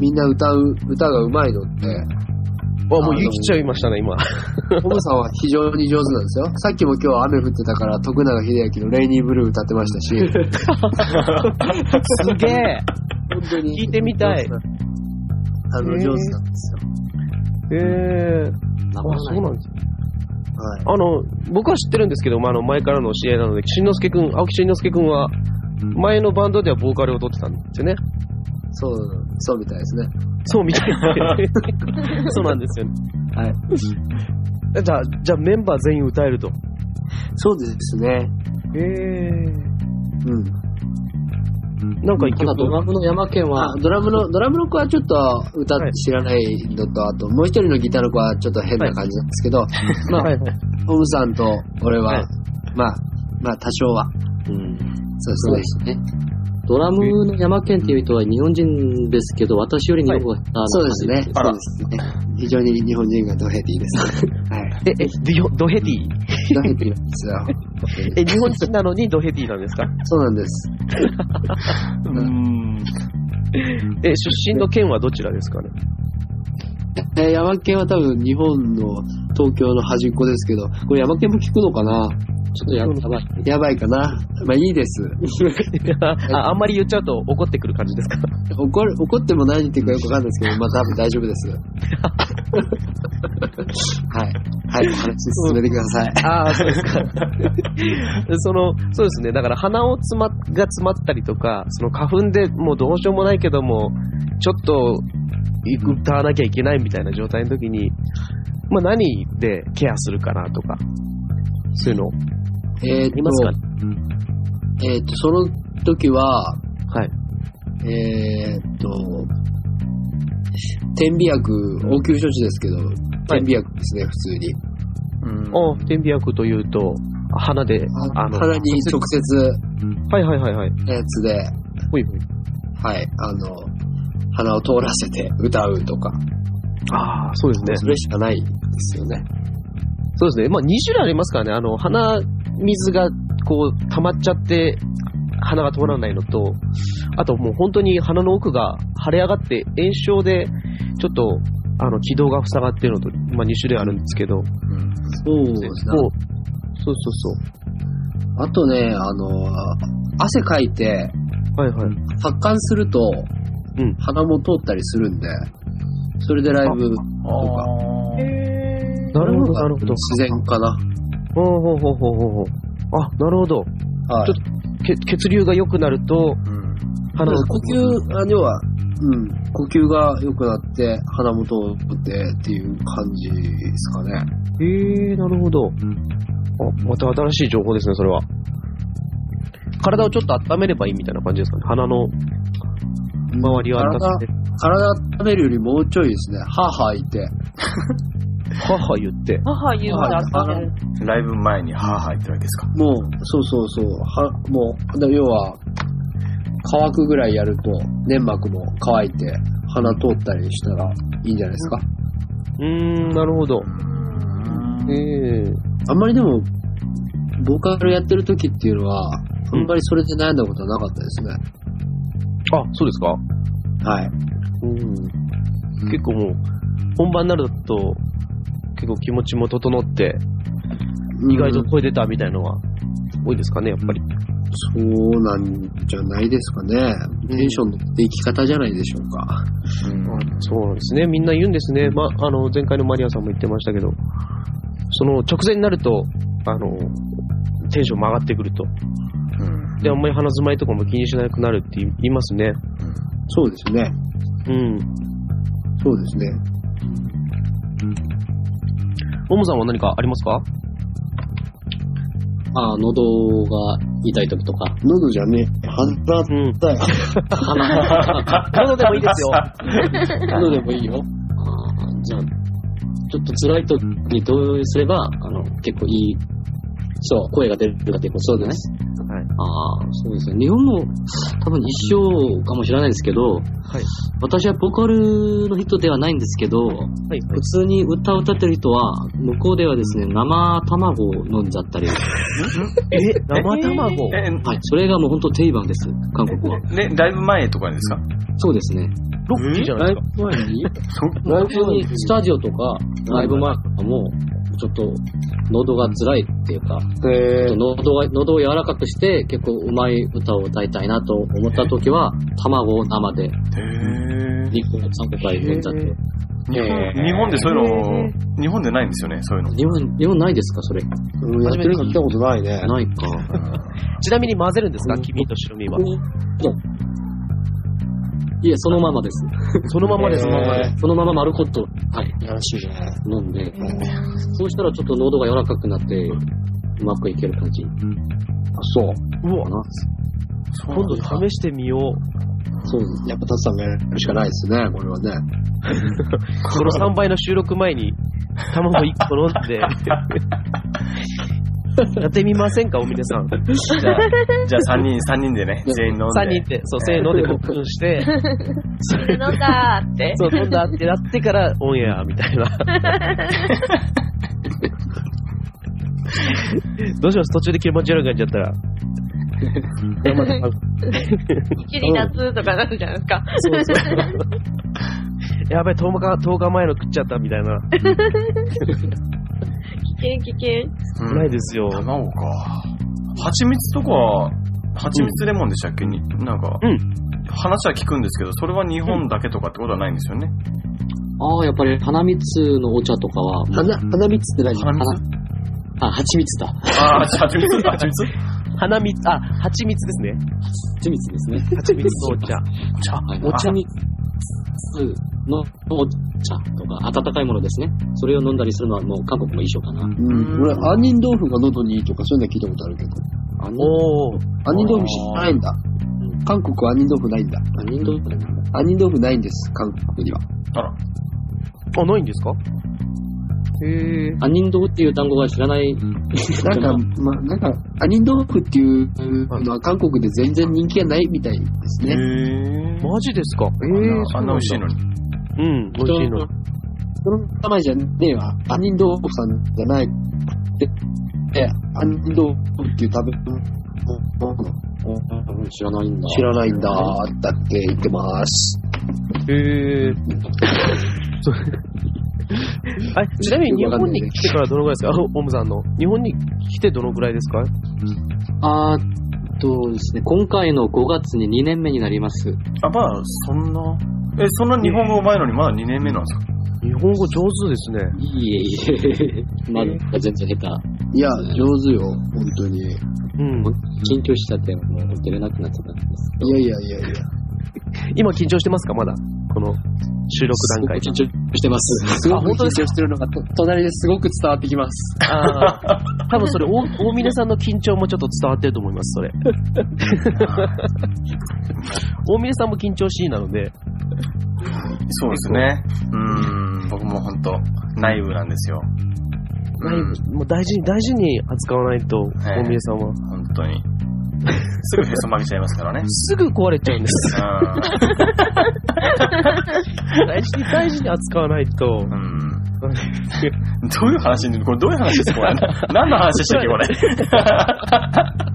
Speaker 3: みんな歌う、歌が上手いのって、
Speaker 2: あ、もうゆきちゃいましたね、今。
Speaker 3: トムさんは非常に上手なんですよ。さっきも今日雨降ってたから、徳永秀明のレイニーブルー歌ってましたし、
Speaker 2: すげえ。
Speaker 3: 本当に。
Speaker 2: 聞いてみたい。
Speaker 3: あの、
Speaker 2: へー
Speaker 3: 上手なんですよ。
Speaker 2: ええ
Speaker 4: なか
Speaker 2: あ、
Speaker 4: な
Speaker 2: そ
Speaker 4: か
Speaker 2: う
Speaker 4: ない
Speaker 2: なんです
Speaker 3: はい。
Speaker 2: あの、僕は知ってるんですけど、まあ、あの、前からの知り合いなので、しんのすけくん、青木しんのすけくんは、前のバンドではボーカルを取ってたんですよね。
Speaker 3: そう、そうみたいですね。
Speaker 2: そうみたいな。 そうなんですよね。
Speaker 3: はい。
Speaker 2: えじゃあ、じゃあメンバー全員歌えると。
Speaker 3: そうですね。
Speaker 2: ええ
Speaker 3: うん。
Speaker 2: なんか一
Speaker 4: ただ
Speaker 2: 曲。
Speaker 4: ドラムの山県は
Speaker 3: あ、、ドラムの、ドラムの子はちょっと歌
Speaker 2: はい
Speaker 3: 知らないのと、あと、もう一人のギターの子はちょっと変な感じなんですけど、まあ、
Speaker 2: はいはい
Speaker 3: トムさんと俺は、
Speaker 2: はい
Speaker 3: まあ、まあ、多少は。
Speaker 4: うん
Speaker 3: そうですね。
Speaker 4: ドラムの山県っていう人は日本人ですけど、私より日本語が下手な
Speaker 3: そうですね。
Speaker 5: あ
Speaker 3: そう
Speaker 5: ら
Speaker 3: ですね。非常に日本人がドヘティです。はい。
Speaker 2: え、え、ドヘティ
Speaker 3: ドヘティなんですよ。
Speaker 2: え、日本人なのにドヘティなんですか
Speaker 3: そうなんです。
Speaker 5: うん。
Speaker 2: え、出身の県はどちらです かね
Speaker 3: えー、山県は多分日本の東京の端っこですけど、これ山県も聞くのかな
Speaker 4: ちょっとややばい。
Speaker 3: やばいかなまあいいです。
Speaker 2: ああんまり言っちゃうと怒ってくる感じですか
Speaker 3: 怒る、怒っても何言ってるかよくわかんないですけど、まあ多分大丈夫です。 はい。はい、お話進めてください。
Speaker 2: ああ、そうですか。 その、そうですね。だから鼻をつま、が詰まったりとか、その花粉でもうどうしようもないけども、ちょっと、歌わなきゃいけないみたいな状態の時に、まあ、何でケアするかなとか、そういうの、
Speaker 3: えーっ
Speaker 2: いますか
Speaker 3: と、えーっと、その時は、
Speaker 2: はい。
Speaker 3: えーっと、点鼻薬、応急処置ですけど、点鼻薬ですね、普通に。
Speaker 5: うん
Speaker 2: お点鼻薬というと、鼻で、
Speaker 3: あ鼻に直接
Speaker 2: はいはいはいはい。
Speaker 3: のやつで、
Speaker 2: ほいほい。
Speaker 3: はい、あの、鼻を通らせて歌うとか、
Speaker 2: ああ、そうですね。
Speaker 3: それしかないですよね。
Speaker 2: そうですね。まあ、2種類ありますからね。あの、鼻水が、こう、溜まっちゃって、鼻が通らないのと、あともう本当に鼻の奥が腫れ上がって、炎症で、ちょっと、あの、気道が塞がってるのと、まあ、2種類あるんですけど、
Speaker 3: そうですね。
Speaker 2: もうそうそうそ
Speaker 3: あとね、あの、汗かいて
Speaker 2: う。はいはい。
Speaker 3: 発汗すると、
Speaker 2: うん
Speaker 3: 鼻も通ったりするんで、それでライブ、
Speaker 5: あー
Speaker 2: なるほど、なるほど。
Speaker 3: 自然かな。
Speaker 2: ほうほうほうほうほうほう。あ、なるほど。
Speaker 3: はい
Speaker 2: ちょっ血血流が良くなると、
Speaker 5: うん
Speaker 2: 鼻が
Speaker 3: 呼吸、あ要は、うん、呼吸が良くなって、鼻も通ってっていう感じですかね。
Speaker 2: へえー、なるほど。あ、また新しい情報ですね、それは。体をちょっと温めればいいみたいな感じですかね。鼻の周りを温めて。
Speaker 3: 体温めるよりもうちょいですね。はあはあ言って。
Speaker 2: はは言って。
Speaker 6: 母言うまで温める。
Speaker 5: ライブ前にハーハー言ってるわけですか。
Speaker 3: もう、そうそうそう。は、もう、で要は、乾くぐらいやると、粘膜も乾いて、鼻通ったりしたらいいんじゃないですか。
Speaker 2: うーん、なるほど。ええー。
Speaker 3: あんまりでも、ボーカルやってる時っていうのは、あんまりそれで悩んだことはなかったですね。
Speaker 2: あ、そうですか
Speaker 3: はい。
Speaker 2: うん。結構もう、本番になると、結構気持ちも整って、意外と声出たみたいのは多いですかね、やっぱり。
Speaker 3: そうなんじゃないですかね。テンションの生き方じゃないでしょうか。
Speaker 2: そうなんですね。みんな言うんですね。ま、あの、前回のマリアさんも言ってましたけど、その直前になると、あの、テンションも上がってくると。で、あんまり鼻づまいとかも気にしなくなるって言いますね。
Speaker 3: そうですね。
Speaker 2: うん。
Speaker 3: そうですね。
Speaker 2: ももさんは何かありますか
Speaker 4: あー、喉が痛い時とか。
Speaker 3: 喉じゃねえ。鼻
Speaker 2: うん。
Speaker 3: だよ。
Speaker 2: 喉でもいい ですよ。
Speaker 3: 喉でもいいよ。
Speaker 4: あーじゃあ、ちょっと辛い時にどうすれば、あの、結構いい、そう、声が出るかっていうことですね。
Speaker 2: はい
Speaker 4: ああ、そうですね。日本も多分一緒かもしれないですけど、私はボーカルの人ではないんですけど、
Speaker 2: はい。
Speaker 4: 普通に歌を歌ってる人は、向こうではですね、生卵を飲んじゃったり、は
Speaker 2: え、生卵
Speaker 5: え、
Speaker 4: い、それがもう本当定番です、韓国は。
Speaker 5: ね、ライブ前とかにですか
Speaker 4: そうですね。
Speaker 2: ロッキーじゃないですか。
Speaker 4: ブ前に
Speaker 5: そ
Speaker 4: ライブに、スタジオとか、ライブ前とかも、ちょっと、喉が辛いっていうか、
Speaker 3: えー、
Speaker 4: 喉が、喉を柔らかくして、結構うまい歌を歌いたいなと思った時は、卵を生で、
Speaker 5: へー
Speaker 4: 2個、3個くらい飲んじゃって。
Speaker 5: 日
Speaker 3: え
Speaker 5: 本
Speaker 3: ー
Speaker 5: 日本でそういうの、日本でないんですよね、そういうの。
Speaker 4: 日本、日本ないですか、それ。
Speaker 3: うんやってるの聞いたことないね。
Speaker 4: ないか。
Speaker 2: ちなみに混ぜるんですか黄身と白身は。
Speaker 4: いや、そのま まです。
Speaker 2: そのままです。
Speaker 3: えー
Speaker 4: そのまま丸ごと、はい、
Speaker 3: やらしいね。
Speaker 4: 飲んで、そうしたらちょっと喉が柔らかくなって、うまくいける感じか
Speaker 3: そう。
Speaker 2: うわ、
Speaker 4: な。
Speaker 2: 今度試してみよう。
Speaker 3: そうですね。やっぱ達さんがやるしかないですね、これはね。
Speaker 2: この3倍の収録前に、卵1個飲ん で、やってみませんか、お皆さん。
Speaker 5: じゃ あ、じゃあ3人、三人でね、全員飲んで。
Speaker 2: 3人で、そう、せーのでごっくんして、
Speaker 6: 飲んだー って。
Speaker 2: そう、飲んだってなってからオンエアみたい な。どうします途中で気持ち悪くなっちゃったら。
Speaker 6: 一里夏とかなるじゃないですか。
Speaker 2: やべえ、10日、10日前の食っちゃったみたいな。
Speaker 6: 危険危険。
Speaker 5: うん
Speaker 2: ないですよ。
Speaker 5: 卵か。蜂蜜とか、蜂蜜レモンでしたっけ、になんか、
Speaker 2: うん
Speaker 5: 話は聞くんですけど、それは日本だけとかってことはないんですよね。
Speaker 4: ああ、やっぱり花蜜のお茶とかは、
Speaker 3: 花、花蜜って何
Speaker 5: 花蜜
Speaker 4: あ、蜂蜜だ。
Speaker 5: ああ、蜂 蜜蜂蜜
Speaker 2: 花蜜、あ、蜂蜜ですね。
Speaker 4: 蜂蜜ですね。
Speaker 2: 蜂蜜のお茶。
Speaker 4: はい
Speaker 2: お茶
Speaker 4: に、のお茶とか、温かいものですね。それを飲んだりするのはもう韓国も一緒かな。
Speaker 3: うん。俺、杏仁豆腐が喉にいいとかそういうのは聞いたことあるけど。
Speaker 4: あの、
Speaker 2: おー。
Speaker 3: 杏仁豆腐知らないんだ。韓国は杏仁豆腐ないんだ。
Speaker 4: あ人道腐なんだ。
Speaker 3: 杏仁豆腐ないんです、韓国には。
Speaker 2: あ、ないんですかへえ。
Speaker 4: あ人道っていう単語は知らない。
Speaker 3: なんか、まあ、なんか、杏仁豆腐っていうのは韓国で全然人気がないみたいです
Speaker 5: へ
Speaker 3: ね。
Speaker 5: ぇ
Speaker 2: マジですかえ
Speaker 5: あんなあん
Speaker 2: 美
Speaker 5: な美味
Speaker 2: 味
Speaker 5: しいのに。
Speaker 2: うん、美味しいの。
Speaker 3: その名前じゃねえわ。杏仁豆腐さんじゃない。で、え、杏仁豆腐っていう食べ物
Speaker 4: うん 知らないんだ。
Speaker 3: 知らないんだー。だって言ってます。
Speaker 2: へえ。そうあちなみに日本に来てからどのぐらいですかあオムさんの。日本に来てどのぐらいですか
Speaker 4: あーっとですね、今回の5月に2年目になります。
Speaker 5: あ、まあ、そんな。え、そんな日本語うまいのにまだ2年目なんですか
Speaker 2: 日本語上手ですね。
Speaker 4: いえいえ、まだ全然下
Speaker 3: いや、上手よ、本当に。い
Speaker 2: うん。
Speaker 4: 手。緊張しちゃって、もう出れなくなっちゃったんですけど。
Speaker 3: やいやいやいや。
Speaker 2: 今緊張してますかまだ。この収録段階。
Speaker 4: すごく緊張してます。
Speaker 3: すごく緊張してるのがと隣ですごく伝わってきます。
Speaker 2: ああ。多分それ、大大峰さんの緊張もちょっと伝わってると思います、それ。大峰さんも緊張しいなので。
Speaker 5: そうですね。うーん、僕も本当内部なんですよ。うん、
Speaker 2: もう大事に大事に扱わないと、
Speaker 5: い
Speaker 2: 大宮さんは。
Speaker 5: 本当に。すぐへそ曲げちゃいますから ね。
Speaker 2: すぐ壊れちゃうんです。大事に大事に扱わないと。
Speaker 5: うん。うん。どういう話にこれどういう話ですかこれ。何の話してるっけこ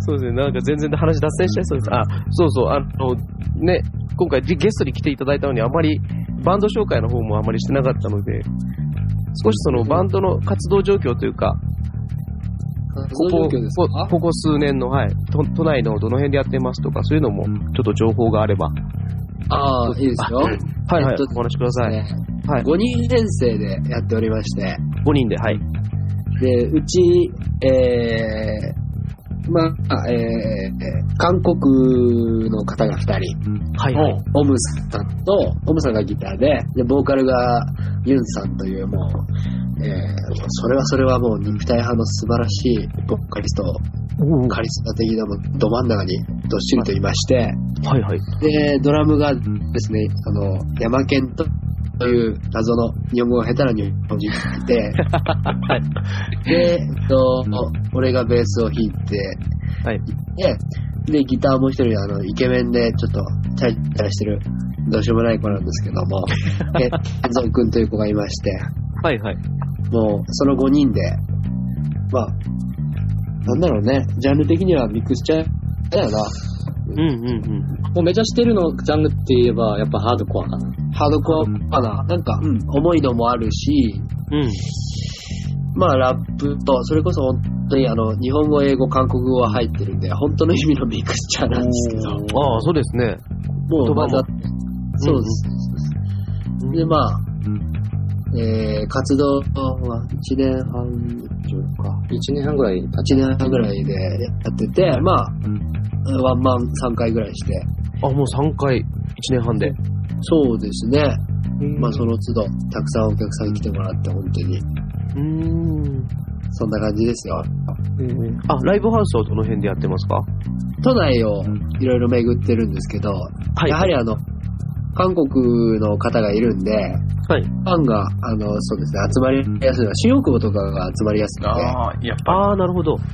Speaker 2: そうですね、なんか全然話脱線しちゃいそうです。あ、そうそう、あの、ね、今回ゲストに来ていただいたのに、あまりバンド紹介の方もあまりしてなかったので、少しそのバンドの活動状況というか、こここここ数年の、はい、都都内のどの辺でやってますとか、そういうのも、ちょっと情報があれば、
Speaker 3: ああ、いいですよ。
Speaker 2: はいはい
Speaker 3: えっと、
Speaker 2: お話しください。
Speaker 3: ね
Speaker 2: はい、
Speaker 3: 5人編成でやっておりまして、
Speaker 2: 5人で、はい。
Speaker 3: で、うち、えー、まあ、えー、韓国の方が2人、
Speaker 2: はい、はい。
Speaker 3: オムさんと、オムさんがギターで、で、ボーカルがユンさんというもう、えー、それはそれはもう肉体派の素晴らしいボーカリスト、カリスマ的なもうど真ん中にどっしりといまして、
Speaker 2: はいはい。
Speaker 3: で、ドラムがですね、あの、山県と、という謎の日本語が下手な日本人がいて、で、えっと、俺がベースを弾いて、
Speaker 2: はい
Speaker 3: で、で、ギターも一人、あの、イケメンで、ちょっと、チャラチャラしてる、どうしようもない子なんですけども、で、安蔵くんという子がいまして、
Speaker 2: はいはい。
Speaker 3: もう、その5人で、まあ、なんだろうね、ジャンル的にはミクスチャーだよな。
Speaker 2: うんうんうん。
Speaker 4: もうめちゃしてるのジャンルって言えば、やっぱハードコアかな。
Speaker 3: ハードコアかな。なんか、うん、重いのもあるし、
Speaker 2: うん。
Speaker 3: まあ、ラップと、それこそ本当にあの、日本語、英語、韓国語は入ってるんで、本当の意味のミクスチャーなんですけど、
Speaker 2: ああ、そうですね。
Speaker 3: もう
Speaker 2: 言葉も
Speaker 3: 混ざって、そうです。で、まあ、えー、活動は1年半以上か、
Speaker 4: 1年半ぐらい経
Speaker 3: 8年半ぐらいでやってて、まあ、ワンマン3回ぐらいして、
Speaker 2: あ、もう3回、1年半で。
Speaker 3: そうですね。まあ、その都度、たくさんお客さんに来てもらって、本当に、
Speaker 2: うーん。
Speaker 3: そんな感じですよ。
Speaker 2: あ、ライブハウスはどの辺でやってますかは
Speaker 3: 都内をいろいろ巡ってるんですけど、やはりあの、韓国の方がいるんで、
Speaker 2: はい。
Speaker 3: ファンが、あの、そうですね、集まりやすいのは、新大久保とかが集まりやすく
Speaker 5: れ。ああ、やっぱ
Speaker 2: ああ、なるほど。
Speaker 3: て、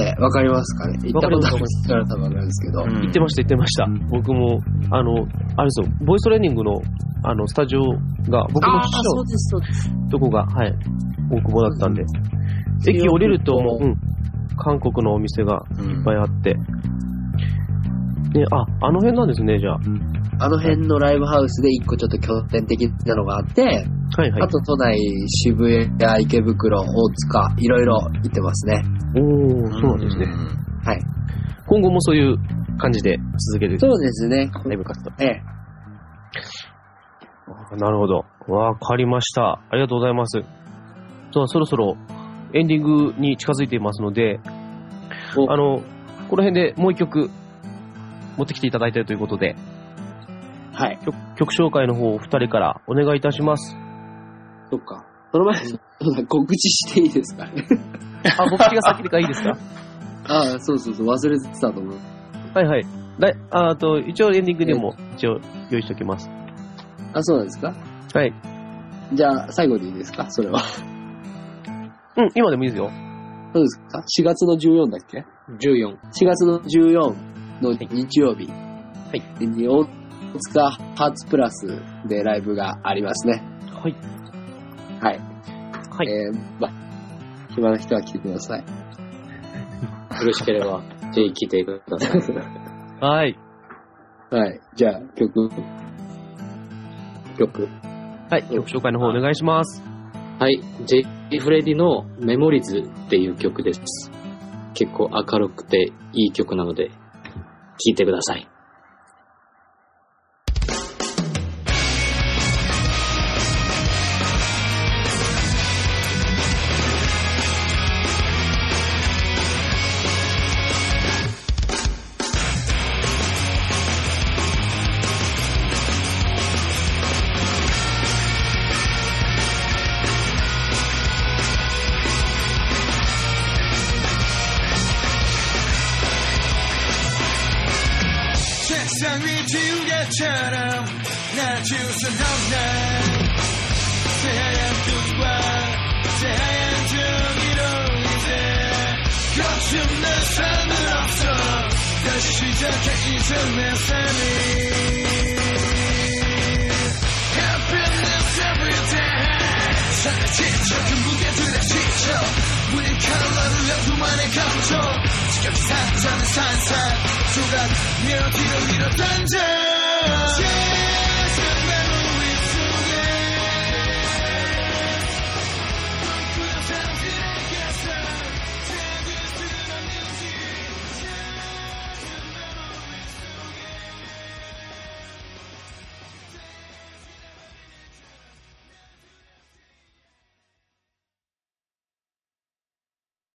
Speaker 3: ええわかりますかね行ったことあ
Speaker 2: わかり
Speaker 3: る
Speaker 2: ま
Speaker 3: 人なら多分わかるんですけど、
Speaker 5: り。
Speaker 2: 言ってました、言ってました。僕も、あの、あれですよ、ボイストレーニングの、あの、スタジオが、僕の師匠
Speaker 3: です、そうです。
Speaker 2: のとこが、はい、大久保だったんで。駅降りると、もう、うん、韓国のお店が
Speaker 5: た。う
Speaker 2: いっ
Speaker 5: ん
Speaker 2: ぱいあって。ね、あ、あの辺なんですね、じゃあ。
Speaker 3: あの辺のライブハウスで一個ちょっと拠点的なのがあって、
Speaker 2: はいはい
Speaker 3: あ。と都内、渋谷、池袋、大塚、いろいろ行ってますね。
Speaker 2: おおそうなんですね。
Speaker 3: はい。
Speaker 2: 今後もそういう感じで続ける
Speaker 3: そうですね。
Speaker 2: ライブ活動。
Speaker 3: ええ。
Speaker 2: なるほど。わかりました。ありがとうございます。ではそろそろエンディングに近づいていますので、
Speaker 3: お
Speaker 2: あの、この辺でもう一曲持ってきていただいているということで、
Speaker 3: はい。
Speaker 2: 曲曲紹介の方をお二人からお願いいたします。
Speaker 3: そっか。その前に、そうだ告知していいです か
Speaker 2: あ、僕が先でかいいですか
Speaker 3: ああ、そうそうそう、忘れてたと思う。
Speaker 2: はいはい。来ああと、一応エンディングでも一応用意しておきます。
Speaker 3: あ、そうなんですか
Speaker 2: はい。
Speaker 3: じゃあ、最後でいいですかそれは。
Speaker 2: うん、今でもいいですよ。
Speaker 3: そうですか ?4 月の14だっけ
Speaker 4: 14。
Speaker 3: 4月の14の日曜日に大塚ハーツプラスでライブがありますね。
Speaker 2: はい。
Speaker 3: はい。
Speaker 2: はい
Speaker 3: えー、まあ、暇な人は来てください。
Speaker 4: よろしければ、ぜひ聴いてください。
Speaker 2: はい。
Speaker 3: はい。じゃあ、曲。曲。
Speaker 2: はい、曲紹介の方お願いします。
Speaker 4: はい、J. フレディのメモリズっていう曲です。結構明るくていい曲なので、聴いてください。
Speaker 7: 세상이 지우개처럼 날 주선 없네 새하얀 꿈과 새하얀 종이로 이제 거친 내 삶은 없어 다시 시작하기 전내 삶이 Happiness every day 살아 지쳐 그 무게들에 지쳐 우린 컬러를 연두만에 감춰 지겹게 산산은 산산 조각 밀어 밀어 밀어 던져 Yeah.